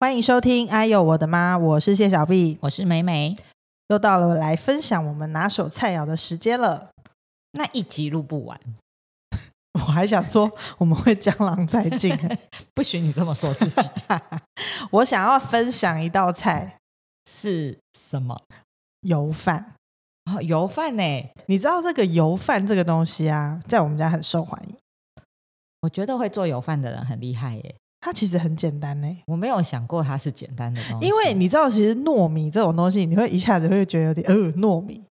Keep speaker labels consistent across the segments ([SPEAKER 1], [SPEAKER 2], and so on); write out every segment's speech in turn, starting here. [SPEAKER 1] 欢迎收听《哎呦我的妈》，我是谢小 B，
[SPEAKER 2] 我是梅梅。
[SPEAKER 1] 又到了来分享我们拿手菜肴的时间了。
[SPEAKER 2] 那一集录不完，
[SPEAKER 1] 我还想说我们会江郎才尽，
[SPEAKER 2] 不许你这么说自 己
[SPEAKER 1] 我想要分享一道菜
[SPEAKER 2] 是什么？
[SPEAKER 1] 油饭。
[SPEAKER 2] 哦，油饭呢、
[SPEAKER 1] 你知道这个油饭这个东西啊，在我们家很受欢迎。
[SPEAKER 2] 我觉得会做油饭的人很厉害耶、
[SPEAKER 1] 它其实很简单呢、
[SPEAKER 2] 我没有想过它是简单的东西，
[SPEAKER 1] 因为你知道，其实糯米这种东西，你会一下子会觉得有点呃，糯米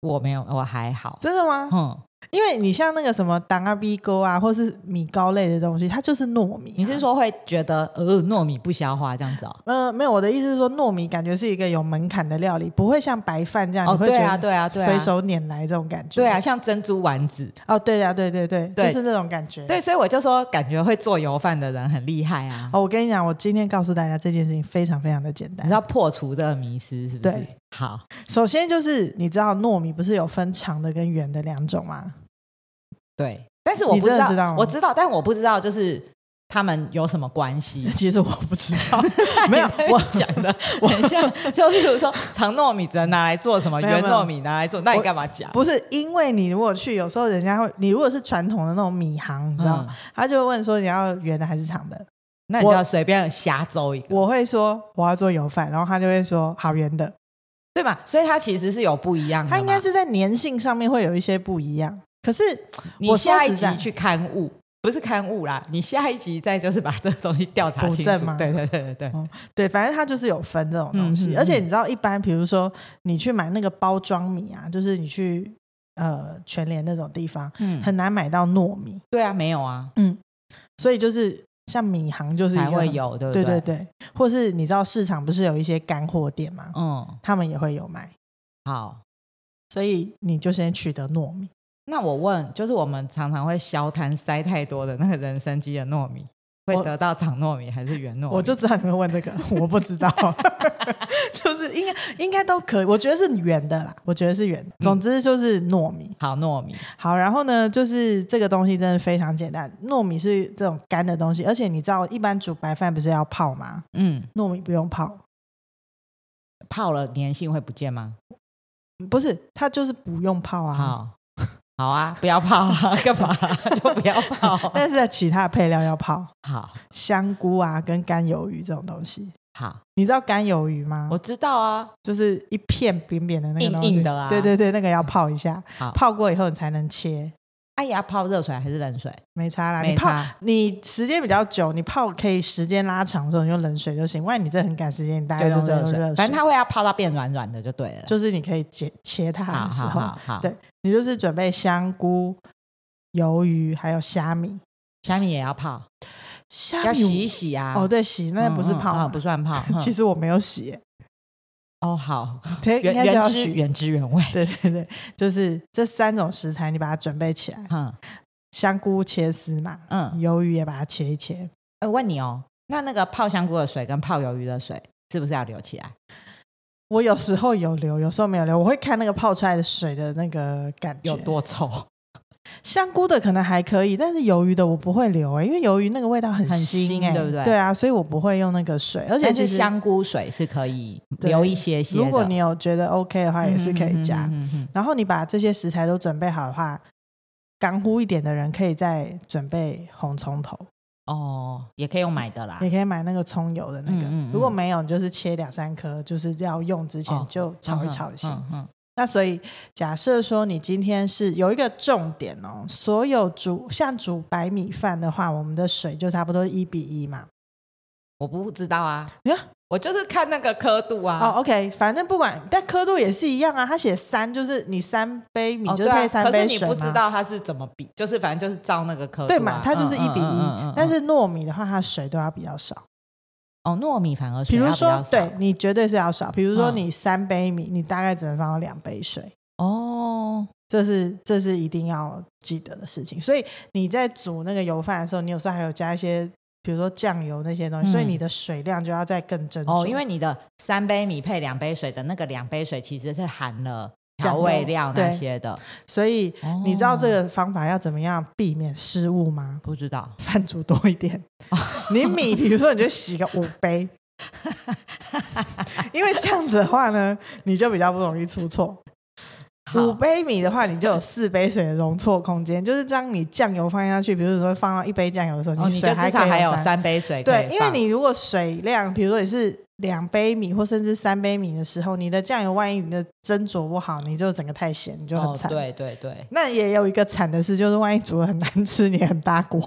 [SPEAKER 2] 我没有，我还好。
[SPEAKER 1] 真的吗？
[SPEAKER 2] 嗯，
[SPEAKER 1] 因为你像那个什么党啊、B 勾啊，或是米糕类的东西，它就是糯米啊、
[SPEAKER 2] 你是说会觉得呃糯米不消化这样子哦？
[SPEAKER 1] 呃，没有，我的意思是说，糯米感觉是一个有门槛的料理，不会像白饭这样，
[SPEAKER 2] 哦，
[SPEAKER 1] 你会
[SPEAKER 2] 对
[SPEAKER 1] 觉
[SPEAKER 2] 啊，
[SPEAKER 1] 得
[SPEAKER 2] 对啊，对啊，
[SPEAKER 1] 随手拈来这种感觉。
[SPEAKER 2] 对啊，，像珍珠丸子。
[SPEAKER 1] 哦，对啊，对对对，
[SPEAKER 2] 对
[SPEAKER 1] 就是那种感觉。
[SPEAKER 2] 对，，所以我就说，感觉会做油饭的人很厉害啊。
[SPEAKER 1] 哦，我跟你讲，我今天告诉大家这件事情非常非常的简
[SPEAKER 2] 你
[SPEAKER 1] 单
[SPEAKER 2] 知。道破除这个迷思是不是
[SPEAKER 1] 对？
[SPEAKER 2] 好，
[SPEAKER 1] 首先就是你知道糯米不是有分长的跟圆的两种吗？
[SPEAKER 2] 对，但是我
[SPEAKER 1] 你
[SPEAKER 2] 不知
[SPEAKER 1] 真的
[SPEAKER 2] 道，
[SPEAKER 1] 知道吗。
[SPEAKER 2] 我知道，但我不知道就是他们有什么关系
[SPEAKER 1] 其实我不知道， 没有
[SPEAKER 2] 你 在那 边
[SPEAKER 1] 我
[SPEAKER 2] 讲的很像，就比如说长糯米只能拿来做什么，
[SPEAKER 1] 没有
[SPEAKER 2] 圆
[SPEAKER 1] 没有
[SPEAKER 2] 糯米拿来做，那你干嘛讲？
[SPEAKER 1] 不是因为你如果去，有时候人家会，你如果是传统的那种米行，你知道，吗？
[SPEAKER 2] 嗯
[SPEAKER 1] 他就会问说你要圆的还是长的，
[SPEAKER 2] 那你就
[SPEAKER 1] 我
[SPEAKER 2] 要随便瞎诌一个，
[SPEAKER 1] 我会说我要做油饭，然后他就会说好圆的。
[SPEAKER 2] 对吧？所以它其实是有不一样的嘛。
[SPEAKER 1] 它应该是在粘性上面会有一些不一样。可是
[SPEAKER 2] 你
[SPEAKER 1] 我说
[SPEAKER 2] 下一
[SPEAKER 1] 实
[SPEAKER 2] 集
[SPEAKER 1] 在
[SPEAKER 2] 去刊物，不是刊物啦，你下一集再就是把这个东西调查
[SPEAKER 1] 补
[SPEAKER 2] 清
[SPEAKER 1] 正
[SPEAKER 2] 楚
[SPEAKER 1] 吗。哦
[SPEAKER 2] 对对对对对，
[SPEAKER 1] 对，反正它就是有分这种东西。
[SPEAKER 2] 嗯嗯嗯
[SPEAKER 1] 而且你知道，一般比如说你去买那个包装米啊，就是你去呃全联那种地方，
[SPEAKER 2] 嗯，
[SPEAKER 1] 很难买到糯米。
[SPEAKER 2] 对啊，没有啊，
[SPEAKER 1] 嗯，所以就是像米行就是一个
[SPEAKER 2] 才会
[SPEAKER 1] 很。
[SPEAKER 2] 有，对不
[SPEAKER 1] 对对
[SPEAKER 2] 对？
[SPEAKER 1] 对，或是你知道市场不是有一些干货店吗？
[SPEAKER 2] 嗯，
[SPEAKER 1] 他们也会有卖，
[SPEAKER 2] 好。
[SPEAKER 1] 所以你就先取得糯米。
[SPEAKER 2] 那我问，就是我们常常会消摊塞太多的那个人参鸡的糯米，会
[SPEAKER 1] 我
[SPEAKER 2] 得到长糯米还是圆糯米？
[SPEAKER 1] 我就知道你会问这 个，我不知道， 就是应该应该都可以，我觉得是圆的啦，我觉得是圆的。总之就是糯米。
[SPEAKER 2] 好糯米，
[SPEAKER 1] 好，然后呢，就是这个东西真的非常简单，糯米是这种干的东西，而且你知道一般煮白饭不是要泡吗？
[SPEAKER 2] 嗯，
[SPEAKER 1] 糯米不用泡，
[SPEAKER 2] 泡了粘性会不见吗？
[SPEAKER 1] 不是它就是不用泡啊。
[SPEAKER 2] 好， 好啊，不要泡啊， 干嘛、就不要泡 啊、
[SPEAKER 1] 但是在其他配料要泡，
[SPEAKER 2] 好
[SPEAKER 1] 香菇啊跟干鱿鱼这种东西。
[SPEAKER 2] 好，
[SPEAKER 1] 你知道干鱿鱼吗？
[SPEAKER 2] 我知道啊，
[SPEAKER 1] 就是一片扁扁的那个东西，
[SPEAKER 2] 硬硬的啊
[SPEAKER 1] 对对对，那个要泡一下，
[SPEAKER 2] 好
[SPEAKER 1] 泡过以后你才能切。
[SPEAKER 2] 哎呀，泡热水还是冷水？
[SPEAKER 1] 没差啦，你
[SPEAKER 2] 没
[SPEAKER 1] 泡
[SPEAKER 2] 差，
[SPEAKER 1] 你时间比较久，你泡可以时间拉长的时候，你用冷水就行。万一你真的很赶时间，你大概就
[SPEAKER 2] 就用
[SPEAKER 1] 是用
[SPEAKER 2] 热
[SPEAKER 1] 热
[SPEAKER 2] 水，
[SPEAKER 1] 水，
[SPEAKER 2] 反正它会要泡到变软软的就对了。
[SPEAKER 1] 就是你可以切切它
[SPEAKER 2] 好
[SPEAKER 1] 的时
[SPEAKER 2] 好
[SPEAKER 1] 候，
[SPEAKER 2] 好好，
[SPEAKER 1] 对你就是准备香菇、鱿鱼还有虾米，
[SPEAKER 2] 虾米也要泡，
[SPEAKER 1] 虾
[SPEAKER 2] 要
[SPEAKER 1] 米
[SPEAKER 2] 洗一洗啊。
[SPEAKER 1] 哦，对，洗那不是
[SPEAKER 2] 嗯嗯
[SPEAKER 1] 泡嘛、
[SPEAKER 2] 啊不算泡。
[SPEAKER 1] 其
[SPEAKER 2] 嗯
[SPEAKER 1] 实我没有洗耶，
[SPEAKER 2] 哦，好，
[SPEAKER 1] 对，应
[SPEAKER 2] 原
[SPEAKER 1] 该是要
[SPEAKER 2] 原汁
[SPEAKER 1] 洗。
[SPEAKER 2] 原汁原味。
[SPEAKER 1] 对对对，就是这三种食材，你把它准备起来，
[SPEAKER 2] 嗯
[SPEAKER 1] 香菇切丝嘛，
[SPEAKER 2] 嗯，
[SPEAKER 1] 鱿鱼也把它切一切，
[SPEAKER 2] 哎，问你哦，那那个泡香菇的水跟泡鱿鱼的水是不是要留起来？
[SPEAKER 1] 我有时候有留，有时候没有留，我会看那个泡出来的水的那个感觉。
[SPEAKER 2] 有多臭？
[SPEAKER 1] 香菇的可能还可以，但是鱿鱼的我不会留、欸，因为鱿鱼那个味道很
[SPEAKER 2] 很
[SPEAKER 1] 腥、
[SPEAKER 2] 腥
[SPEAKER 1] 欸，
[SPEAKER 2] 对不对
[SPEAKER 1] 啊，所以我不会用那个水，而且
[SPEAKER 2] 但
[SPEAKER 1] 其
[SPEAKER 2] 是
[SPEAKER 1] 实
[SPEAKER 2] 香菇水是可以
[SPEAKER 1] 对
[SPEAKER 2] 留一些些的。嗯
[SPEAKER 1] 如果你有觉得 OK 的话，也是可以加。
[SPEAKER 2] 嗯哼哼哼哼
[SPEAKER 1] 然后你把这些食材都准备好的话，干乎一点的人可以再准备红葱头，
[SPEAKER 2] 哦，也可以用买的啦
[SPEAKER 1] 也。可以买那个葱油的那个。
[SPEAKER 2] 嗯嗯嗯
[SPEAKER 1] 如果没有，你就是切两三颗，就是要用之前
[SPEAKER 2] 哦
[SPEAKER 1] 就炒一炒
[SPEAKER 2] 嗯
[SPEAKER 1] 一下。
[SPEAKER 2] 嗯嗯
[SPEAKER 1] 那所以，假设说你今天是有一个重点哦，所有煮像煮白米饭的话，我们的水就差不多一比一嘛。
[SPEAKER 2] 我不知道啊
[SPEAKER 1] 呀，
[SPEAKER 2] 我就是看那个刻度
[SPEAKER 1] 哦
[SPEAKER 2] 啊。
[SPEAKER 1] ，OK，反正不管，但刻度也是一样啊。他写三，就是你三杯米
[SPEAKER 2] 哦
[SPEAKER 1] 就
[SPEAKER 2] 对啊
[SPEAKER 1] 配三
[SPEAKER 2] 可是
[SPEAKER 1] 杯
[SPEAKER 2] 你
[SPEAKER 1] 水
[SPEAKER 2] 不知
[SPEAKER 1] 嘛。
[SPEAKER 2] 道它是怎么比，就是反正就是照那个刻度啊。
[SPEAKER 1] 对嘛，它就是
[SPEAKER 2] 嗯
[SPEAKER 1] 一比
[SPEAKER 2] 嗯嗯嗯嗯
[SPEAKER 1] 一
[SPEAKER 2] 嗯。
[SPEAKER 1] 但是糯米的话，它水都要比较少。
[SPEAKER 2] 哦，糯米反而
[SPEAKER 1] 比
[SPEAKER 2] 水要
[SPEAKER 1] 如
[SPEAKER 2] 比
[SPEAKER 1] 说
[SPEAKER 2] 较，少
[SPEAKER 1] 对你绝对是要少。比如说
[SPEAKER 2] 嗯
[SPEAKER 1] 你三杯米，你大概只能放到两杯水。
[SPEAKER 2] 哦，
[SPEAKER 1] 这是这是一定要记得的事情。所以你在煮那个油饭的时候，你有时候还有加一些，比如说酱油那些东西，
[SPEAKER 2] 嗯
[SPEAKER 1] 所以你的水量就
[SPEAKER 2] 哦
[SPEAKER 1] 要再更斟酌。
[SPEAKER 2] 哦，因为你的三杯米配两杯水的那个两杯水其实是含了调味料
[SPEAKER 1] 酱油
[SPEAKER 2] 那
[SPEAKER 1] 对
[SPEAKER 2] 些的，
[SPEAKER 1] 所以
[SPEAKER 2] 哦
[SPEAKER 1] 你知道这个方法要怎么样避免失误吗？
[SPEAKER 2] 不知道。
[SPEAKER 1] 饭煮多一 点。你米，比如说你就洗个五杯，因为这样子的话呢，你就比较不容易出错。
[SPEAKER 2] 好
[SPEAKER 1] 五杯米的话，你就有四杯水的容错空间，就是当你酱油放下去，比如说放到一杯酱油的时候，
[SPEAKER 2] 哦，你
[SPEAKER 1] 水
[SPEAKER 2] 就
[SPEAKER 1] 还
[SPEAKER 2] 至
[SPEAKER 1] 可
[SPEAKER 2] 少
[SPEAKER 1] 以
[SPEAKER 2] 还有
[SPEAKER 1] 三
[SPEAKER 2] 三杯水可
[SPEAKER 1] 对，
[SPEAKER 2] 以
[SPEAKER 1] 因为
[SPEAKER 2] 放
[SPEAKER 1] 你如果水量，比如说你是两杯米或甚至三杯米的时候，你的酱油万一你的斟酌不好，你就整个太咸，你就很
[SPEAKER 2] 哦，
[SPEAKER 1] 惨。
[SPEAKER 2] 对对对，
[SPEAKER 1] 那也有一个惨的事，就是万一煮的很难吃， 你很大锅，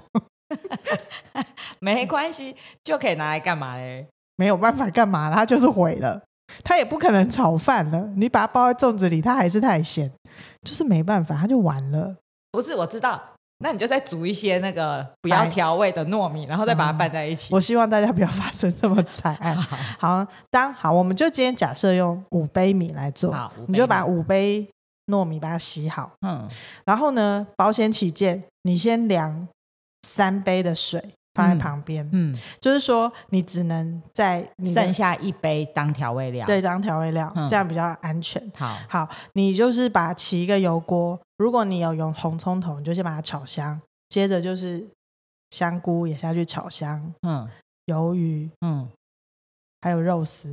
[SPEAKER 2] 没
[SPEAKER 1] 嗯
[SPEAKER 2] 关系，就可以拿来干嘛嘞？
[SPEAKER 1] 没有办法干嘛了，它就是毁了。它也不可能炒饭了，你把它包在粽子里，它还是太咸，就是没办法，它就完了。
[SPEAKER 2] 不是，我知道。那你就再煮一些那个不要
[SPEAKER 1] 白
[SPEAKER 2] 调味的糯米，然后再把它
[SPEAKER 1] 嗯
[SPEAKER 2] 拌在一起。
[SPEAKER 1] 我希望大家不要发生这么 惨案。好，当好，我们就今天假设用五杯米来做，
[SPEAKER 2] 好五杯
[SPEAKER 1] 你就
[SPEAKER 2] 米
[SPEAKER 1] 把五杯糯米把它洗好，
[SPEAKER 2] 嗯，
[SPEAKER 1] 然后呢，保险起见，你先量三杯的水放在
[SPEAKER 2] 嗯
[SPEAKER 1] 旁边，
[SPEAKER 2] 嗯，
[SPEAKER 1] 就是说你只能在你的
[SPEAKER 2] 剩下一杯当调味料。，
[SPEAKER 1] 对当调味料，
[SPEAKER 2] 嗯
[SPEAKER 1] 这样比较安全。
[SPEAKER 2] 好，
[SPEAKER 1] 好，你就是把起一个油锅，如果你有用红葱头，你就先把它炒香，接着就是香菇也下去炒香，
[SPEAKER 2] 嗯
[SPEAKER 1] 鱿鱼
[SPEAKER 2] 嗯
[SPEAKER 1] 还有肉丝，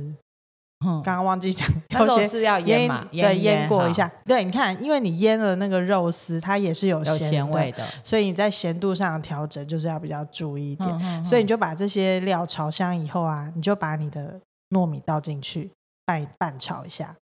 [SPEAKER 2] 嗯，
[SPEAKER 1] 刚刚忘记讲，
[SPEAKER 2] 那
[SPEAKER 1] 有
[SPEAKER 2] 肉
[SPEAKER 1] 些
[SPEAKER 2] 丝要
[SPEAKER 1] 腌
[SPEAKER 2] 腌嘛，
[SPEAKER 1] 对
[SPEAKER 2] 腌
[SPEAKER 1] 过
[SPEAKER 2] 好
[SPEAKER 1] 一下，对，你看，因为你腌了那个肉丝，它也是有
[SPEAKER 2] 有
[SPEAKER 1] 咸
[SPEAKER 2] 咸
[SPEAKER 1] 的
[SPEAKER 2] 味的，
[SPEAKER 1] 所以你在咸度上的调整就是要比较注意一点。
[SPEAKER 2] 嗯嗯
[SPEAKER 1] 所以你
[SPEAKER 2] 就
[SPEAKER 1] 就把这些料炒香以后啊，你就把你的糯米倒进去拌一拌炒一下，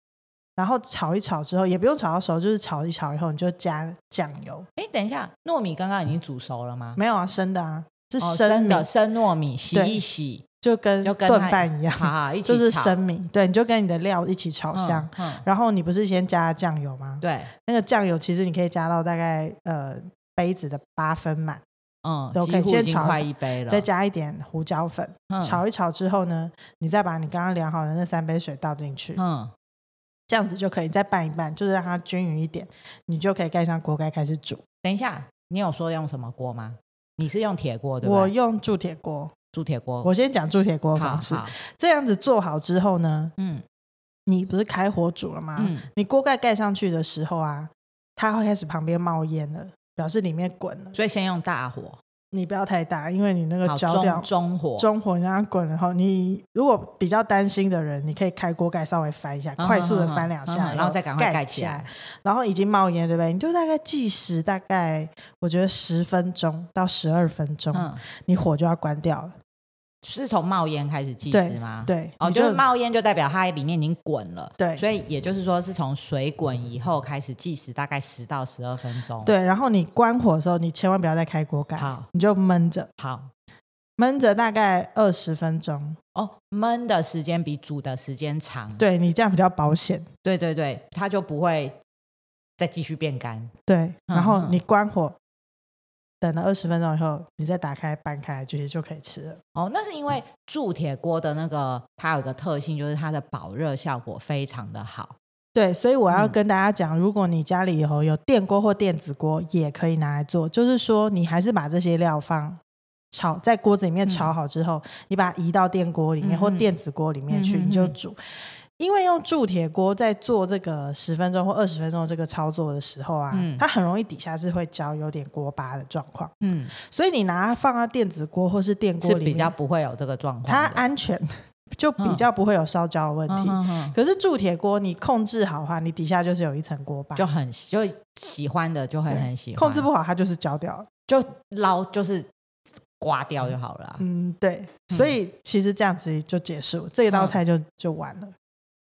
[SPEAKER 1] 然后炒一炒之后也不用炒到熟，就是炒一炒以后你就加酱油，
[SPEAKER 2] 哎，等一下，糯米刚刚已经煮熟了吗？
[SPEAKER 1] 没有啊，生的啊，是
[SPEAKER 2] 哦
[SPEAKER 1] 生
[SPEAKER 2] 生
[SPEAKER 1] 米，
[SPEAKER 2] 的生糯米，洗
[SPEAKER 1] 对
[SPEAKER 2] 一洗，
[SPEAKER 1] 就跟
[SPEAKER 2] 就跟
[SPEAKER 1] 炖
[SPEAKER 2] 它
[SPEAKER 1] 饭一样，
[SPEAKER 2] 好好一起
[SPEAKER 1] 就是
[SPEAKER 2] 炒
[SPEAKER 1] 生米，对，你就跟你的料一起炒
[SPEAKER 2] 嗯
[SPEAKER 1] 香。
[SPEAKER 2] 嗯，
[SPEAKER 1] 然后你不是先加了酱油吗？
[SPEAKER 2] 对，
[SPEAKER 1] 那个酱油其实你可以加到大概呃杯子的八分满，
[SPEAKER 2] 嗯，
[SPEAKER 1] 都可
[SPEAKER 2] 几
[SPEAKER 1] 以
[SPEAKER 2] 乎
[SPEAKER 1] 先
[SPEAKER 2] 已经
[SPEAKER 1] 炒一
[SPEAKER 2] 快
[SPEAKER 1] 炒
[SPEAKER 2] 一杯了，
[SPEAKER 1] 再加一点胡椒粉，
[SPEAKER 2] 嗯
[SPEAKER 1] 炒一炒之后呢，你再把你刚刚量好的那三杯水倒进去，
[SPEAKER 2] 嗯，
[SPEAKER 1] 这样子就可以再拌一拌，就是让它均匀一点，你就可以盖上锅盖开始煮。
[SPEAKER 2] 等一下，你有说用什么锅吗？你是用铁锅对不
[SPEAKER 1] 我
[SPEAKER 2] 对？
[SPEAKER 1] 用铸铁锅，
[SPEAKER 2] 铸铁锅，
[SPEAKER 1] 我先讲铸铁锅的
[SPEAKER 2] 好
[SPEAKER 1] 方式。
[SPEAKER 2] 好，
[SPEAKER 1] 这样子做好之后呢，
[SPEAKER 2] 嗯
[SPEAKER 1] 你不是开火煮了吗？
[SPEAKER 2] 嗯，
[SPEAKER 1] 你锅盖盖上去的时候啊，它会开始旁边冒烟了，表示里面滚了。
[SPEAKER 2] 所以先用大火，
[SPEAKER 1] 你不要太大，因为你那个
[SPEAKER 2] 好
[SPEAKER 1] 焦掉
[SPEAKER 2] 中中火，
[SPEAKER 1] 中火让它滚了后，你如果比较担心的人，你可以开锅盖稍微翻一下，
[SPEAKER 2] 嗯
[SPEAKER 1] 快速的
[SPEAKER 2] 嗯嗯
[SPEAKER 1] 翻两
[SPEAKER 2] 嗯
[SPEAKER 1] 下，
[SPEAKER 2] 然后再赶快盖起
[SPEAKER 1] 起来
[SPEAKER 2] 来。。
[SPEAKER 1] 然后已经冒烟，对不对？你就大概计时，大概我觉得十分钟到十二分钟，
[SPEAKER 2] 嗯，
[SPEAKER 1] 你火就要关掉了。
[SPEAKER 2] 是从冒烟开始计
[SPEAKER 1] 对
[SPEAKER 2] 时吗？。
[SPEAKER 1] 对，
[SPEAKER 2] 哦，
[SPEAKER 1] 你
[SPEAKER 2] 就是冒烟就代表它里面已经滚了，
[SPEAKER 1] 对
[SPEAKER 2] 所以也就是说是从水滚以后开始计时，大概十到十二分钟。，
[SPEAKER 1] 对。然后你关火的时候，你千万不要再开锅盖，
[SPEAKER 2] 好
[SPEAKER 1] 你就闷着，
[SPEAKER 2] 好
[SPEAKER 1] 闷着大概二十分钟。
[SPEAKER 2] 哦，焖的时间比煮的时间长，
[SPEAKER 1] 对你这样比较保险。
[SPEAKER 2] 对对对，它就不会再继续变干。
[SPEAKER 1] 对，
[SPEAKER 2] 嗯
[SPEAKER 1] 然后
[SPEAKER 2] 嗯
[SPEAKER 1] 你关火，等了二十分钟以后，你再打开拌开，其实就可以吃了。
[SPEAKER 2] 哦，那是因为铸铁锅的那个它有一个特性，就是它的保热效果非常的好。
[SPEAKER 1] 对，所以我要
[SPEAKER 2] 嗯
[SPEAKER 1] 跟大家讲，如果你家里以后有电锅或电子锅，也可以拿来做。就是说，你还是把这些料放炒在锅子里面炒好之后，你把它移到电锅里面、
[SPEAKER 2] 嗯
[SPEAKER 1] 或电子锅里面去，
[SPEAKER 2] 嗯哼
[SPEAKER 1] 你就煮。因为用铸铁锅在做这个十分钟或二十分钟这个操作的时候啊，
[SPEAKER 2] 嗯
[SPEAKER 1] 它很容易底下是会焦，有点锅巴的状况。
[SPEAKER 2] 嗯，
[SPEAKER 1] 所以你拿它放到电子锅或是电锅
[SPEAKER 2] 是
[SPEAKER 1] 里面，
[SPEAKER 2] 比较不会有这个状况的。
[SPEAKER 1] 它安全， 就比较不会有烧焦的问
[SPEAKER 2] 嗯
[SPEAKER 1] 题。
[SPEAKER 2] 哼哼
[SPEAKER 1] 可是铸铁锅你控制好的话，你底下就是有一层锅巴，
[SPEAKER 2] 就很就喜欢的就会
[SPEAKER 1] 对
[SPEAKER 2] 很喜欢，
[SPEAKER 1] 控制不好它就是焦掉了。
[SPEAKER 2] 就捞就是刮掉就好了啊、
[SPEAKER 1] 嗯，对，所以其实这样子就结束，这一
[SPEAKER 2] 嗯
[SPEAKER 1] 道菜就就完了，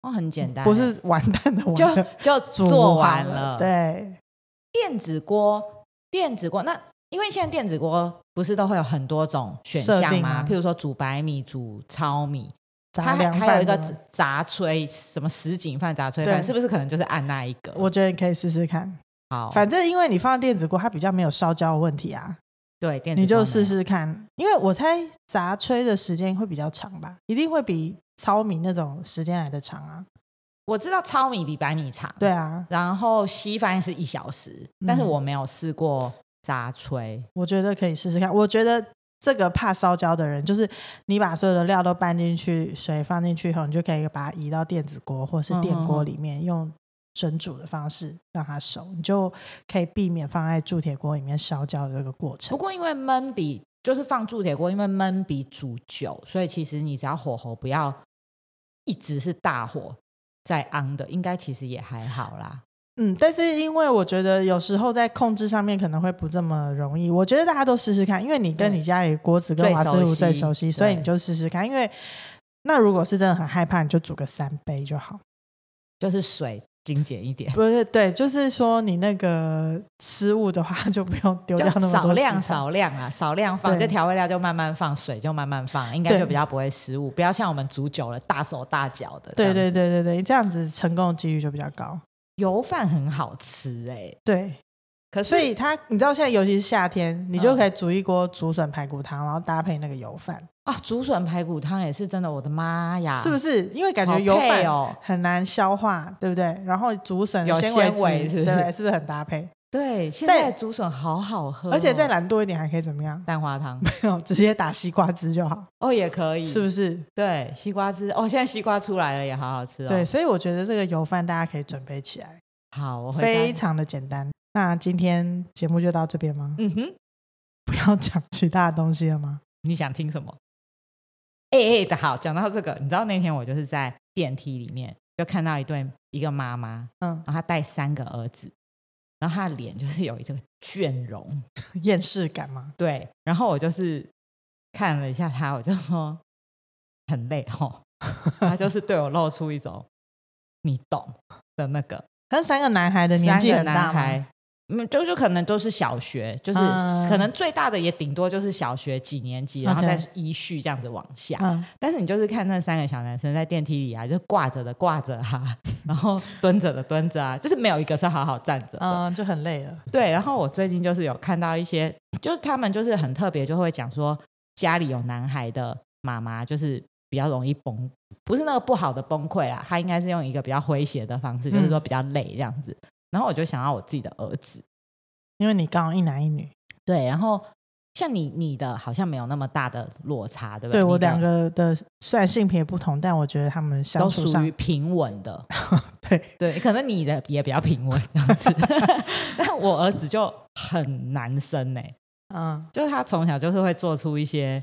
[SPEAKER 2] 哦，很简单，
[SPEAKER 1] 不是完蛋的
[SPEAKER 2] 就
[SPEAKER 1] 完了，
[SPEAKER 2] 就
[SPEAKER 1] 煮
[SPEAKER 2] 做完
[SPEAKER 1] 了。
[SPEAKER 2] 了。，
[SPEAKER 1] 对，
[SPEAKER 2] 电子锅，电子锅那。因为现在电子锅不是都会有很多种选
[SPEAKER 1] 设
[SPEAKER 2] 项
[SPEAKER 1] 定
[SPEAKER 2] 吗？
[SPEAKER 1] 吗
[SPEAKER 2] 譬如说煮白米、煮糙米，
[SPEAKER 1] 杂
[SPEAKER 2] 它还
[SPEAKER 1] 粮
[SPEAKER 2] 还有
[SPEAKER 1] 饭
[SPEAKER 2] 一个
[SPEAKER 1] 的
[SPEAKER 2] 炸炸炊，什么什锦饭、炸炊饭，
[SPEAKER 1] 对
[SPEAKER 2] 是不是可能就是按那一个？
[SPEAKER 1] 我觉得你可以试试看，
[SPEAKER 2] 好，
[SPEAKER 1] 反正因为你放电子锅，它比较没有烧焦的问题啊，
[SPEAKER 2] 对，电子
[SPEAKER 1] 你
[SPEAKER 2] 锅
[SPEAKER 1] 就
[SPEAKER 2] 没
[SPEAKER 1] 试
[SPEAKER 2] 有。
[SPEAKER 1] 试看。因为我猜炸炊的时间会比较长吧，一定会比糙米那种时间来的长啊。
[SPEAKER 2] 我知道糙米比白米长，
[SPEAKER 1] 对。啊，
[SPEAKER 2] 然后稀饭是一小时，
[SPEAKER 1] 嗯
[SPEAKER 2] 但是我没有试过炸炊。
[SPEAKER 1] 我觉得可以试试看。我觉得这个怕烧焦的人，就是你把所有的料都
[SPEAKER 2] 嗯
[SPEAKER 1] 拌进去，水放进去以后，你就可以把它移到电子锅或是电锅里面，用蒸煮的方式让它熟，你就可以避免放在铸铁锅里面烧焦的这个过
[SPEAKER 2] 不
[SPEAKER 1] 程。
[SPEAKER 2] 过因为焖比就是放铸铁锅，因为焖比煮久，所以其实你只要火候不要一直是大火在昂的，应该其实也还好啦。
[SPEAKER 1] 嗯，但是因为我觉得有时候在控制上面可能会不这么容易，我觉得大家都试试看，因为你跟
[SPEAKER 2] 对
[SPEAKER 1] 你家里锅子跟
[SPEAKER 2] 最
[SPEAKER 1] 瓦斯炉
[SPEAKER 2] 熟
[SPEAKER 1] 最
[SPEAKER 2] 悉
[SPEAKER 1] 熟悉，所以
[SPEAKER 2] 对
[SPEAKER 1] 你就试试看。因为那如果是真的很害怕，你就煮个三杯就好。
[SPEAKER 2] 就是水精简一点，
[SPEAKER 1] 不是对，就是说你那个失误的话，就不用丢
[SPEAKER 2] 就
[SPEAKER 1] 掉那么多
[SPEAKER 2] 少
[SPEAKER 1] 食
[SPEAKER 2] 量
[SPEAKER 1] 材
[SPEAKER 2] 少量啊，少量放，
[SPEAKER 1] 对
[SPEAKER 2] 就调味料就慢慢放，水就慢慢放，应该就
[SPEAKER 1] 对
[SPEAKER 2] 比较不会失误。不要像我们煮久了大手大脚的。
[SPEAKER 1] 对对，对对对，这样子成功的几率就比较高。
[SPEAKER 2] 油饭很好吃哎、
[SPEAKER 1] 对，
[SPEAKER 2] 可是
[SPEAKER 1] 所以它你知道现在尤其是夏天，你就可以煮一锅竹笋排骨汤，然后搭配那个油饭，
[SPEAKER 2] 啊，竹笋排骨汤也是真的，我的妈呀！
[SPEAKER 1] 是不是？因为感觉
[SPEAKER 2] 啊好
[SPEAKER 1] 油
[SPEAKER 2] 配
[SPEAKER 1] 饭
[SPEAKER 2] 哦
[SPEAKER 1] 很难消化，对不对？然后竹笋的
[SPEAKER 2] 有
[SPEAKER 1] 维
[SPEAKER 2] 纤维
[SPEAKER 1] 质
[SPEAKER 2] 哦是不
[SPEAKER 1] 对
[SPEAKER 2] 是
[SPEAKER 1] 对，是不是很搭配？
[SPEAKER 2] 对，现
[SPEAKER 1] 在
[SPEAKER 2] 在的竹笋好好喝哦、
[SPEAKER 1] 而且再懒惰一点还可以怎么样？
[SPEAKER 2] 蛋花汤
[SPEAKER 1] 直接打西瓜汁就好，
[SPEAKER 2] 哦也可以，
[SPEAKER 1] 是不是？
[SPEAKER 2] 对，西瓜汁哦，现在西瓜出来了，也好好吃哦。
[SPEAKER 1] 对，，所以我觉得这个油饭大家可以准备起来，
[SPEAKER 2] 好，我
[SPEAKER 1] 非
[SPEAKER 2] 会再。
[SPEAKER 1] 常的简单。那今天节目就到这边吗？
[SPEAKER 2] 嗯哼，
[SPEAKER 1] 不要讲其他的东西了吗？
[SPEAKER 2] 你想听什么？哎哎的好，讲到这个，你知道那天我就是在电梯里面就看到一对一个妈妈，
[SPEAKER 1] 嗯，
[SPEAKER 2] 然后她带三个儿子，然后她的脸就是有一个倦容，
[SPEAKER 1] 厌世感吗？
[SPEAKER 2] 对，然后我就是看了一下她，我就说很累哦，她就是对我露出一种你懂的那个
[SPEAKER 1] 但三个男孩的年
[SPEAKER 2] 三
[SPEAKER 1] 纪
[SPEAKER 2] 个
[SPEAKER 1] 很大
[SPEAKER 2] 男
[SPEAKER 1] 吗？
[SPEAKER 2] 孩，嗯，就就可能都是小学，就是
[SPEAKER 1] 嗯
[SPEAKER 2] 可能最大的也顶多就是小学几年级，然后
[SPEAKER 1] OK
[SPEAKER 2] 再依序这样子往下。
[SPEAKER 1] 嗯，
[SPEAKER 2] 但是你就是看那三个小男生在电梯里啊，就挂着的挂着啊， 然后蹲着的蹲着啊，就是没有一个是好好站着的。
[SPEAKER 1] 嗯，就很累了。
[SPEAKER 2] 对，然后我最近就是有看到一些，就是他们就是很特别，就会讲说家里有男孩的妈妈就是比较容易崩，不是那个不好的崩溃啦，她应该是用一个比较诙谐的方式，
[SPEAKER 1] 嗯
[SPEAKER 2] 就是说比较累这样子。然后我就想到我自己的儿子，
[SPEAKER 1] 因为你刚好一男一女，
[SPEAKER 2] 对，然后像你你的好像没有那么大的落差，对不
[SPEAKER 1] 对
[SPEAKER 2] 对
[SPEAKER 1] 我
[SPEAKER 2] 你的
[SPEAKER 1] 两个的虽然性别不同，但我觉得他们相
[SPEAKER 2] 都
[SPEAKER 1] 处
[SPEAKER 2] 属
[SPEAKER 1] 上
[SPEAKER 2] 于平稳的，
[SPEAKER 1] 对
[SPEAKER 2] 对，可能你的也比较平稳这样子， 但我儿子就很男生呢、欸
[SPEAKER 1] 嗯
[SPEAKER 2] 就是他从小就是会做出一些，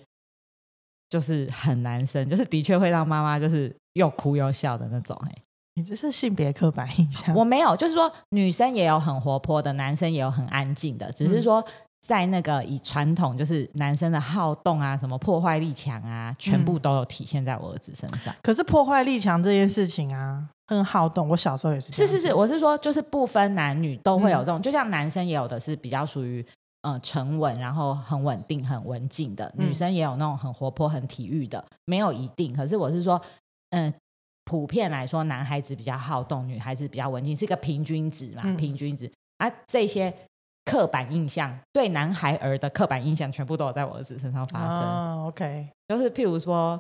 [SPEAKER 2] 就是很男生，就是的确会让妈妈就是又哭又笑的那种、欸。
[SPEAKER 1] 你这是性别刻板印象。
[SPEAKER 2] 我没有，就是说女生也有很活泼的，男生也有很安静的，只是说在那个以传统就是男生的好动啊、什么破坏力强啊，全部都有体现在我儿子身上。
[SPEAKER 1] 可是破坏力强这件事情啊，很好动。我小时候也是这
[SPEAKER 2] 是
[SPEAKER 1] 样子，
[SPEAKER 2] 是是，我是说，就是不分男女都
[SPEAKER 1] 嗯
[SPEAKER 2] 会有这种，就像男生也有的是比较属于呃沉稳，然后很稳定、很文静的，
[SPEAKER 1] 嗯
[SPEAKER 2] 女生也有那种很活泼、很体育的，没有一定。可是我是说，嗯、普遍来说，男孩子比较好动，女孩子比较文静，是一个平均值嘛，
[SPEAKER 1] 嗯
[SPEAKER 2] 平均值啊，这些。刻板印象对男孩儿的刻板印象，全部都有在我儿子身上发生。
[SPEAKER 1] 啊，OK，
[SPEAKER 2] 就是譬如说，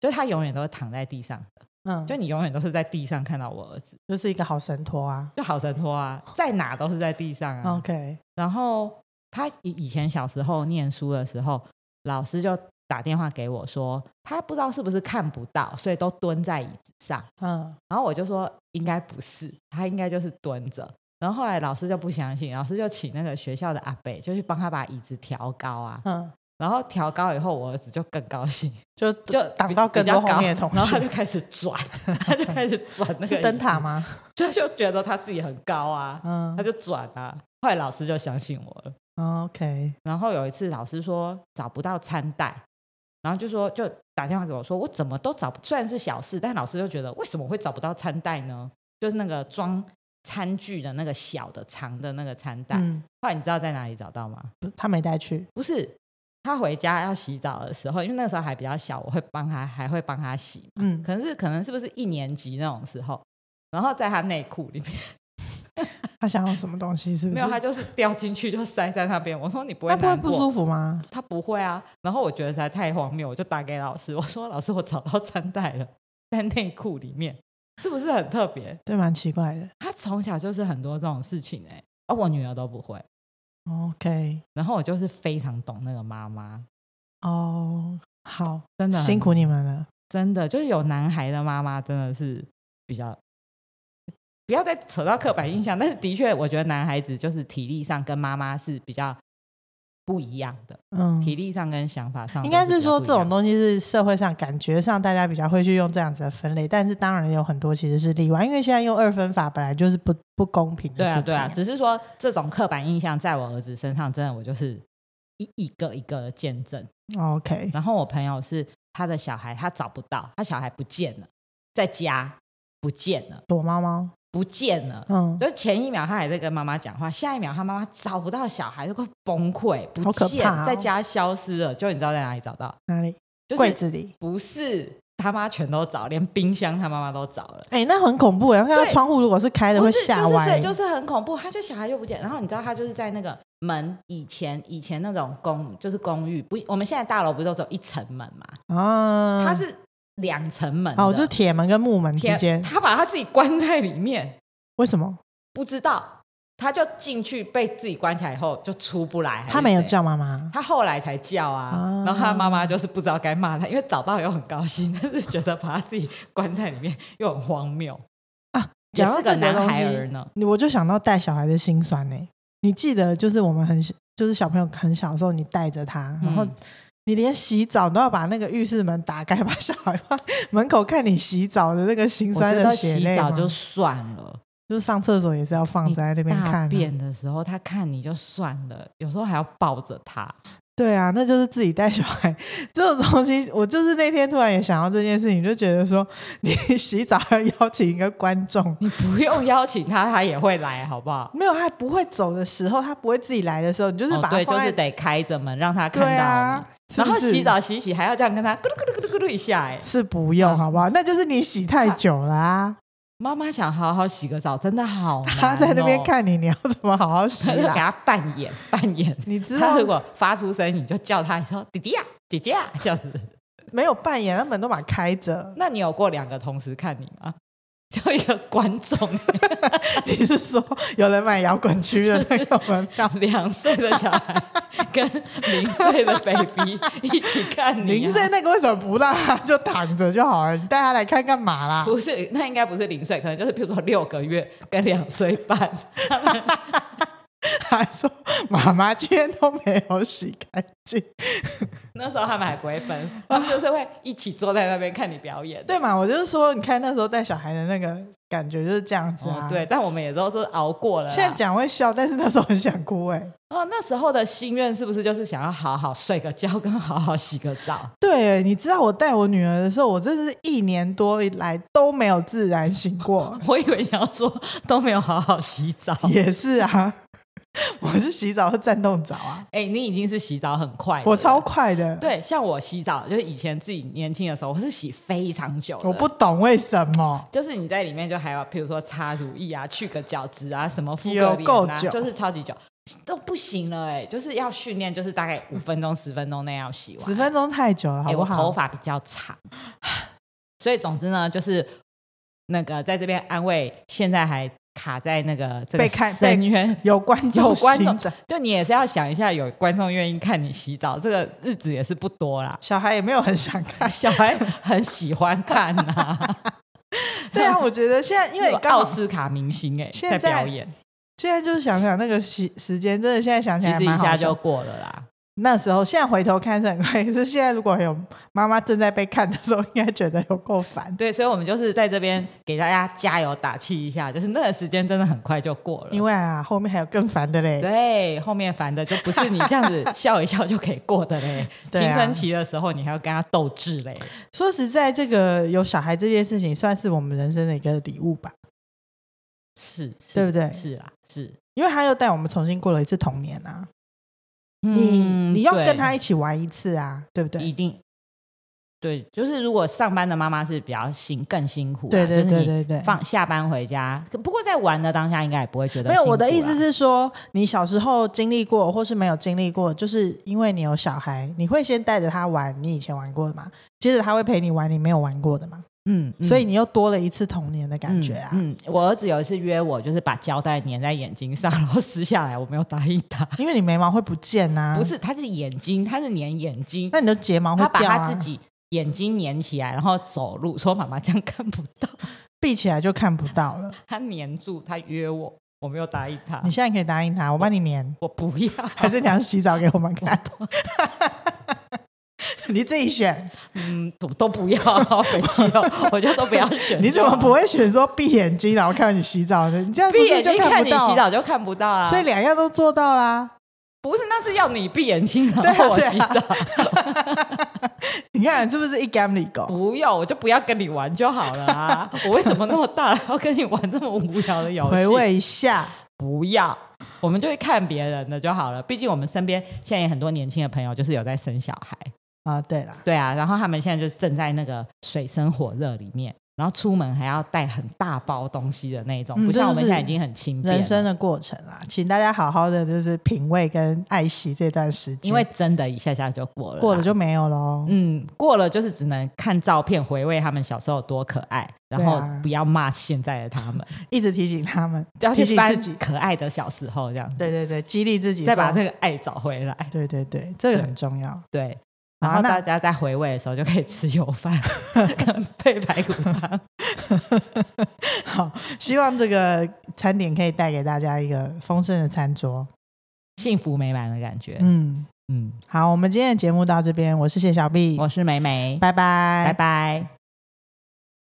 [SPEAKER 2] 就是他永远都是躺在地上的，
[SPEAKER 1] 嗯，
[SPEAKER 2] 就
[SPEAKER 1] 就
[SPEAKER 2] 你永远都是在地上看到我儿子。
[SPEAKER 1] 就是一个好神托啊。
[SPEAKER 2] 就好神托啊，在哪都是在地上啊。
[SPEAKER 1] OK，
[SPEAKER 2] 然后他以以前小时候念书的时候，老师就打电话给我说，他不知道是不是看不到，所以都蹲在椅子上。
[SPEAKER 1] 嗯，
[SPEAKER 2] 然后我就说应该不是，他应该就是蹲着。然后后来老师就不相信，老师就请那个学校的阿伯就去帮他把椅子调高啊。
[SPEAKER 1] 嗯，
[SPEAKER 2] 然后调高以后，我儿子就更高兴，
[SPEAKER 1] 就
[SPEAKER 2] 就
[SPEAKER 1] 就挡到
[SPEAKER 2] 比
[SPEAKER 1] 更多
[SPEAKER 2] 比较
[SPEAKER 1] 后面的
[SPEAKER 2] 高
[SPEAKER 1] 同
[SPEAKER 2] 然后他 就
[SPEAKER 1] 学。
[SPEAKER 2] 开始转，他就开始转那个
[SPEAKER 1] 是
[SPEAKER 2] 椅
[SPEAKER 1] 灯
[SPEAKER 2] 子
[SPEAKER 1] 塔吗？
[SPEAKER 2] 他就觉得他自己很高啊，
[SPEAKER 1] 嗯哦
[SPEAKER 2] 他就转啊。后来老师就相信我了。
[SPEAKER 1] ，OK，
[SPEAKER 2] 然后有一次老师说找不到餐袋，然后就说就打电话给我说我怎么都找不，虽然是小事，但老师就觉得为什么会找不到餐袋呢？就是那个装餐具的那个小的长的那个餐袋。
[SPEAKER 1] 嗯，
[SPEAKER 2] 后来你知道在哪里找到吗？
[SPEAKER 1] 不他没带去，
[SPEAKER 2] 不是。他回家要洗澡的时候，因为那时候还比较小，我会帮他，还会帮他洗嘛。
[SPEAKER 1] 嗯，
[SPEAKER 2] 可能是可能是不是一年级那种时候，然后在他内裤里面。
[SPEAKER 1] 他想要什么东西？是不
[SPEAKER 2] 没
[SPEAKER 1] 是
[SPEAKER 2] 有，？他就是掉进去就塞在那边。我说你不会
[SPEAKER 1] 那不会
[SPEAKER 2] 难
[SPEAKER 1] 不
[SPEAKER 2] 过，
[SPEAKER 1] 舒服吗？
[SPEAKER 2] 他不会啊。然后我觉得实在太荒谬，我就打给老师， 我说老师，我找到餐袋了， 在内裤里面，是不是很特别？
[SPEAKER 1] 对，蛮奇怪的。
[SPEAKER 2] 他从小就是很多这种事情哎、而、我女儿都不会。
[SPEAKER 1] OK，
[SPEAKER 2] 然后我就是非常懂那个妈妈，
[SPEAKER 1] 哦，好，
[SPEAKER 2] 真的很
[SPEAKER 1] 辛，苦你们了。
[SPEAKER 2] 真的就是有男孩的妈妈真的是比较不要再扯到刻板印
[SPEAKER 1] 嗯
[SPEAKER 2] 象，但是的确，我觉得男孩子就是体力上跟妈妈是比较不一样的，
[SPEAKER 1] 嗯，
[SPEAKER 2] 体力上跟想法上
[SPEAKER 1] 应该
[SPEAKER 2] 都
[SPEAKER 1] 是
[SPEAKER 2] 比较
[SPEAKER 1] 说
[SPEAKER 2] 不一
[SPEAKER 1] 这种
[SPEAKER 2] 样
[SPEAKER 1] 东西是社会上感觉上大家比较会去用这样子的分类，但是当然有很多其实是例外，因为现在用二分法本来就是不不公平的
[SPEAKER 2] 对
[SPEAKER 1] 事
[SPEAKER 2] 啊
[SPEAKER 1] 情。
[SPEAKER 2] 对啊，只是说这种刻板印象在我儿子身上，真的我就是一一个一个的见证。
[SPEAKER 1] OK，
[SPEAKER 2] 然后我朋友是他的小孩，他找不到，他小孩不见了，在家不见了，
[SPEAKER 1] 躲猫猫，
[SPEAKER 2] 不见了。
[SPEAKER 1] 嗯，
[SPEAKER 2] 就前一秒他还在跟妈妈讲话，下一秒他妈妈找不到小孩，就快崩溃，不
[SPEAKER 1] 好可
[SPEAKER 2] 见，
[SPEAKER 1] 怕哦
[SPEAKER 2] 在家消失了。就你知道在哪里找到？
[SPEAKER 1] 哪里？
[SPEAKER 2] 就是
[SPEAKER 1] 柜子里。
[SPEAKER 2] 不是他妈全都找，连冰箱他妈妈都找了。
[SPEAKER 1] 哎、那很恐怖哎！我看到
[SPEAKER 2] 对
[SPEAKER 1] 窗户如果是开的，
[SPEAKER 2] 不
[SPEAKER 1] 会
[SPEAKER 2] 是，
[SPEAKER 1] 吓
[SPEAKER 2] 就是所
[SPEAKER 1] 歪。
[SPEAKER 2] 以就是很恐怖，他就小孩就不见，然后你知道他就是在那个门以前以前那种公就是公寓，不，我们现在大楼不是都只有一层门嘛，
[SPEAKER 1] 啊，
[SPEAKER 2] 他是两层门的
[SPEAKER 1] 哦，就是铁门跟木门之
[SPEAKER 2] 天
[SPEAKER 1] 间，
[SPEAKER 2] 他把他自己关在里面，
[SPEAKER 1] 为什么
[SPEAKER 2] 不知道，他就进去被自己关起来以后就出不来，还是
[SPEAKER 1] 他没有
[SPEAKER 2] 怎样。
[SPEAKER 1] 叫妈妈？
[SPEAKER 2] 他后来才叫啊，
[SPEAKER 1] 啊
[SPEAKER 2] 然后他妈妈就是不知道该骂他，因为找到又很高兴， 但是觉得把他自己关在里面又很荒谬，也
[SPEAKER 1] 讲到
[SPEAKER 2] 是个
[SPEAKER 1] 这个
[SPEAKER 2] 男
[SPEAKER 1] 东
[SPEAKER 2] 孩儿
[SPEAKER 1] 西，
[SPEAKER 2] 呢。
[SPEAKER 1] 你我就想到带小孩的辛酸呢、你记得就是我们很小就是小朋友很小的时候，你带着他，然后
[SPEAKER 2] 嗯
[SPEAKER 1] 你连洗澡都要把那个浴室门打开， 把小孩放门口看你洗澡的那个辛
[SPEAKER 2] 我
[SPEAKER 1] 酸
[SPEAKER 2] 觉
[SPEAKER 1] 的
[SPEAKER 2] 得
[SPEAKER 1] 血
[SPEAKER 2] 洗
[SPEAKER 1] 泪
[SPEAKER 2] 澡
[SPEAKER 1] 吗
[SPEAKER 2] 就算了，
[SPEAKER 1] 就是上厕所也是要放
[SPEAKER 2] 你
[SPEAKER 1] 在那边看、
[SPEAKER 2] 大
[SPEAKER 1] 啊，
[SPEAKER 2] 便的时候他看你就算了，有时候还要抱着他。
[SPEAKER 1] 对啊，那就是自己带小孩这种东西。我就是那天突然也想到这件事情，就觉得说，你 洗澡要邀请一个观众，
[SPEAKER 2] 你不用邀请他，他也会来，好不好？
[SPEAKER 1] 没有他不会走的时候，他不会自己来的时候，你就是
[SPEAKER 2] 哦
[SPEAKER 1] 把他
[SPEAKER 2] 对，
[SPEAKER 1] 放
[SPEAKER 2] 就
[SPEAKER 1] 在、
[SPEAKER 2] 是得开着门让他看
[SPEAKER 1] 对
[SPEAKER 2] 到你，
[SPEAKER 1] 啊，是
[SPEAKER 2] 然
[SPEAKER 1] 不
[SPEAKER 2] 后
[SPEAKER 1] 是
[SPEAKER 2] 洗澡洗洗还要这样跟他咕噜咕噜咕噜咕噜一下、哎，
[SPEAKER 1] 是不用
[SPEAKER 2] 嗯
[SPEAKER 1] 好不好？那就是你洗太久啦、
[SPEAKER 2] 妈妈想好好洗个澡，真的好难、哦。
[SPEAKER 1] 他在那边，看你，你要怎么好好洗
[SPEAKER 2] 就给
[SPEAKER 1] 啦？
[SPEAKER 2] 他扮演扮演。
[SPEAKER 1] 你知道
[SPEAKER 2] 他如果发出声音，你就叫他，你说弟弟呀、姐姐呀、这样子。。
[SPEAKER 1] 没有扮演，他门都把它开着
[SPEAKER 2] 那你有过两个同时看你吗？ 就一个观众，
[SPEAKER 1] 你是说有人买摇滚区的那个门票？
[SPEAKER 2] 两岁的小孩跟零岁的 baby 一起看 你、啊，
[SPEAKER 1] 零岁那个为什么不让他就躺着就好了？你带他来看干嘛啦？
[SPEAKER 2] 不是，那应该不是零岁，可能就是譬如说六个月跟两岁半，
[SPEAKER 1] 他说：“妈妈今天都没有洗干净，
[SPEAKER 2] 那时候他们还不会分，他们就是会一起坐在那边看你表演。
[SPEAKER 1] 对嘛？”我就是说，你看那时候带小孩的那个感觉就是这样子啊。
[SPEAKER 2] 哦，对，，但我们也都是熬过了啦。
[SPEAKER 1] 现在讲会笑，但是那时候很想哭哎、
[SPEAKER 2] 哦，那时候的心愿是不是就是想要好好睡个觉，跟好好洗个 澡？
[SPEAKER 1] 对，你知道我带我女儿的时候，欸我真的是一年多以来都没有自然醒过，
[SPEAKER 2] 我以为你要说都没有好好洗澡。
[SPEAKER 1] 也是啊。我是洗澡和战斗澡啊，
[SPEAKER 2] 哎、你已经是洗澡很快的了，
[SPEAKER 1] 我超快的。，
[SPEAKER 2] 对，像我洗澡，就是以前自己年轻的时候，我是洗非常久的。
[SPEAKER 1] 我不懂为什么。
[SPEAKER 2] 就是你在里面就还有，比如说擦乳液啊、去个角质啊、什么敷
[SPEAKER 1] 有
[SPEAKER 2] 个
[SPEAKER 1] 够
[SPEAKER 2] 脸啊，
[SPEAKER 1] 久
[SPEAKER 2] 就是超级久，都不行了哎、就是要训练，就是大概五分钟、十分钟内要洗完。
[SPEAKER 1] 十分钟太久了，好
[SPEAKER 2] 哎
[SPEAKER 1] 不
[SPEAKER 2] 我
[SPEAKER 1] 好？
[SPEAKER 2] 头发比较长，所以总之呢，就是那个在这边安慰，现在还卡在那个这个
[SPEAKER 1] 被看被
[SPEAKER 2] 深渊。
[SPEAKER 1] 有观众
[SPEAKER 2] 有观众
[SPEAKER 1] 醒着
[SPEAKER 2] 就你也是要想一下，有观众愿意看你洗澡，这个日子也是不 多啦。
[SPEAKER 1] 小孩也没有很想看。
[SPEAKER 2] 小孩很喜欢看啊呐、
[SPEAKER 1] 对啊，我觉得现在因为
[SPEAKER 2] 有
[SPEAKER 1] 刚好
[SPEAKER 2] 奥斯卡明星哎、
[SPEAKER 1] 现
[SPEAKER 2] 在
[SPEAKER 1] 在
[SPEAKER 2] 表演。
[SPEAKER 1] 现在就是想想那个时时间，真的现在想起
[SPEAKER 2] 其
[SPEAKER 1] 来
[SPEAKER 2] 实
[SPEAKER 1] 蛮
[SPEAKER 2] 一
[SPEAKER 1] 好
[SPEAKER 2] 下
[SPEAKER 1] 笑
[SPEAKER 2] 就过了啦。
[SPEAKER 1] 那时候，现在回头看是很快， 可是现在如果有妈妈正在被看的时候，应该觉得有够烦。
[SPEAKER 2] 对，所以我们就是在这边给大家加油打气一下，就是那个时间真的很快就过了。
[SPEAKER 1] 因为啊，后面还有更烦的嘞。
[SPEAKER 2] 对，后面烦的就不是你这样子笑一笑就可以过的嘞。
[SPEAKER 1] 对啊
[SPEAKER 2] 青春期的时候，你还要跟他斗智嘞。
[SPEAKER 1] 说实在，这个有小孩这件事情，算是我们人生的一个礼物吧，
[SPEAKER 2] 是，是
[SPEAKER 1] 对不对
[SPEAKER 2] 是啦，是。
[SPEAKER 1] 因为他又带我们重新过了一次童年啊。
[SPEAKER 2] 嗯
[SPEAKER 1] 你你要
[SPEAKER 2] 对
[SPEAKER 1] 跟他一起玩一次啊，对不
[SPEAKER 2] 一
[SPEAKER 1] 对？
[SPEAKER 2] 定。对，就是如果上班的妈妈是比较辛更辛苦啊、
[SPEAKER 1] 对对
[SPEAKER 2] 就是
[SPEAKER 1] 对
[SPEAKER 2] 你
[SPEAKER 1] 对对。
[SPEAKER 2] 放下班回家，可不过在玩的当下应该也不会觉得
[SPEAKER 1] 没有，
[SPEAKER 2] 辛苦啊
[SPEAKER 1] 我的意
[SPEAKER 2] 啦
[SPEAKER 1] 思是说，你小时候经历过，或是没有经历过，就是因为你有小孩，你会先带着他玩你以前玩过的嘛，接着他会陪你玩你没有玩过的嘛。
[SPEAKER 2] 嗯，嗯
[SPEAKER 1] 所以你又多了一次童年的感觉啊。
[SPEAKER 2] 嗯。嗯我儿子有一次约我，就是把胶带粘在眼睛上，然后撕下来，我没有答应他。
[SPEAKER 1] 因为你眉毛会不见呐、
[SPEAKER 2] 不，是，他是眼睛，他是粘眼睛，
[SPEAKER 1] 啊那你的睫毛会
[SPEAKER 2] 他把
[SPEAKER 1] 掉、啊、
[SPEAKER 2] 他自己眼睛粘起来，然后走路，说妈妈这样看不到。
[SPEAKER 1] 闭起来就看不到了。
[SPEAKER 2] 他黏住，他约我，我没有答应他
[SPEAKER 1] 你，现在可以答应他，我帮你粘，
[SPEAKER 2] 我不要，
[SPEAKER 1] 还是你要洗澡给我们 看？你自己选，
[SPEAKER 2] 嗯，都都不要，北极哦，我就都不要选。
[SPEAKER 1] 你怎么不？会选说闭眼睛然后看你洗澡呢？你这样不
[SPEAKER 2] 闭
[SPEAKER 1] 是
[SPEAKER 2] 眼睛
[SPEAKER 1] 就看
[SPEAKER 2] 看
[SPEAKER 1] 不
[SPEAKER 2] 你
[SPEAKER 1] 到
[SPEAKER 2] 洗澡就看不到啊！
[SPEAKER 1] 所以两样都做到啦。
[SPEAKER 2] 不是，那是要你闭眼睛
[SPEAKER 1] 对
[SPEAKER 2] 然
[SPEAKER 1] 啊
[SPEAKER 2] 后我
[SPEAKER 1] 对啊
[SPEAKER 2] 洗澡，
[SPEAKER 1] 你看是不是一干里狗？
[SPEAKER 2] 不用，我就不要跟你玩就好 了啊！我为什么那么大还要跟你玩这么无聊的游戏？
[SPEAKER 1] 回味一下，
[SPEAKER 2] 不要，我们就会看别人的就好了。毕竟我们身边现在有很多年轻的朋友，就是有在生小孩，
[SPEAKER 1] 啊，对啦，
[SPEAKER 2] 对啊，然后他们现在就正在那个水深火热里面，然后出门还要带很大包东西的那一种，
[SPEAKER 1] 嗯
[SPEAKER 2] 不像我们
[SPEAKER 1] 这就是
[SPEAKER 2] 现在已经很轻便了
[SPEAKER 1] 人生的过程啦，请大家好好的就是品味跟爱惜这段时间，
[SPEAKER 2] 因为真的一下下就过了啦，
[SPEAKER 1] 过了就没有喽。
[SPEAKER 2] 嗯，过了就是只能看照片回味他们小时候有多可爱，然后
[SPEAKER 1] 对啊
[SPEAKER 2] 不要骂现在的他们，
[SPEAKER 1] 一直提醒他们，
[SPEAKER 2] 就要
[SPEAKER 1] 提
[SPEAKER 2] 去
[SPEAKER 1] 醒
[SPEAKER 2] 翻
[SPEAKER 1] 自己，
[SPEAKER 2] 可爱的小时候这样子，
[SPEAKER 1] 对对对，激励自己说，
[SPEAKER 2] 再把那个爱找回来。
[SPEAKER 1] 对对对，这个
[SPEAKER 2] 对
[SPEAKER 1] 很重要。
[SPEAKER 2] 对，
[SPEAKER 1] 好
[SPEAKER 2] 然后
[SPEAKER 1] 那
[SPEAKER 2] 大家在回味的时候就可以吃油 饭跟配排骨汤。
[SPEAKER 1] 好，希望这个餐点可以带给大家一个丰盛的餐桌。
[SPEAKER 2] 幸福美满的感觉。
[SPEAKER 1] 嗯，
[SPEAKER 2] 嗯，
[SPEAKER 1] 好，我们今天的节目到这边，我是谢小碧，
[SPEAKER 2] 我是美美，
[SPEAKER 1] 拜拜，拜
[SPEAKER 2] 拜拜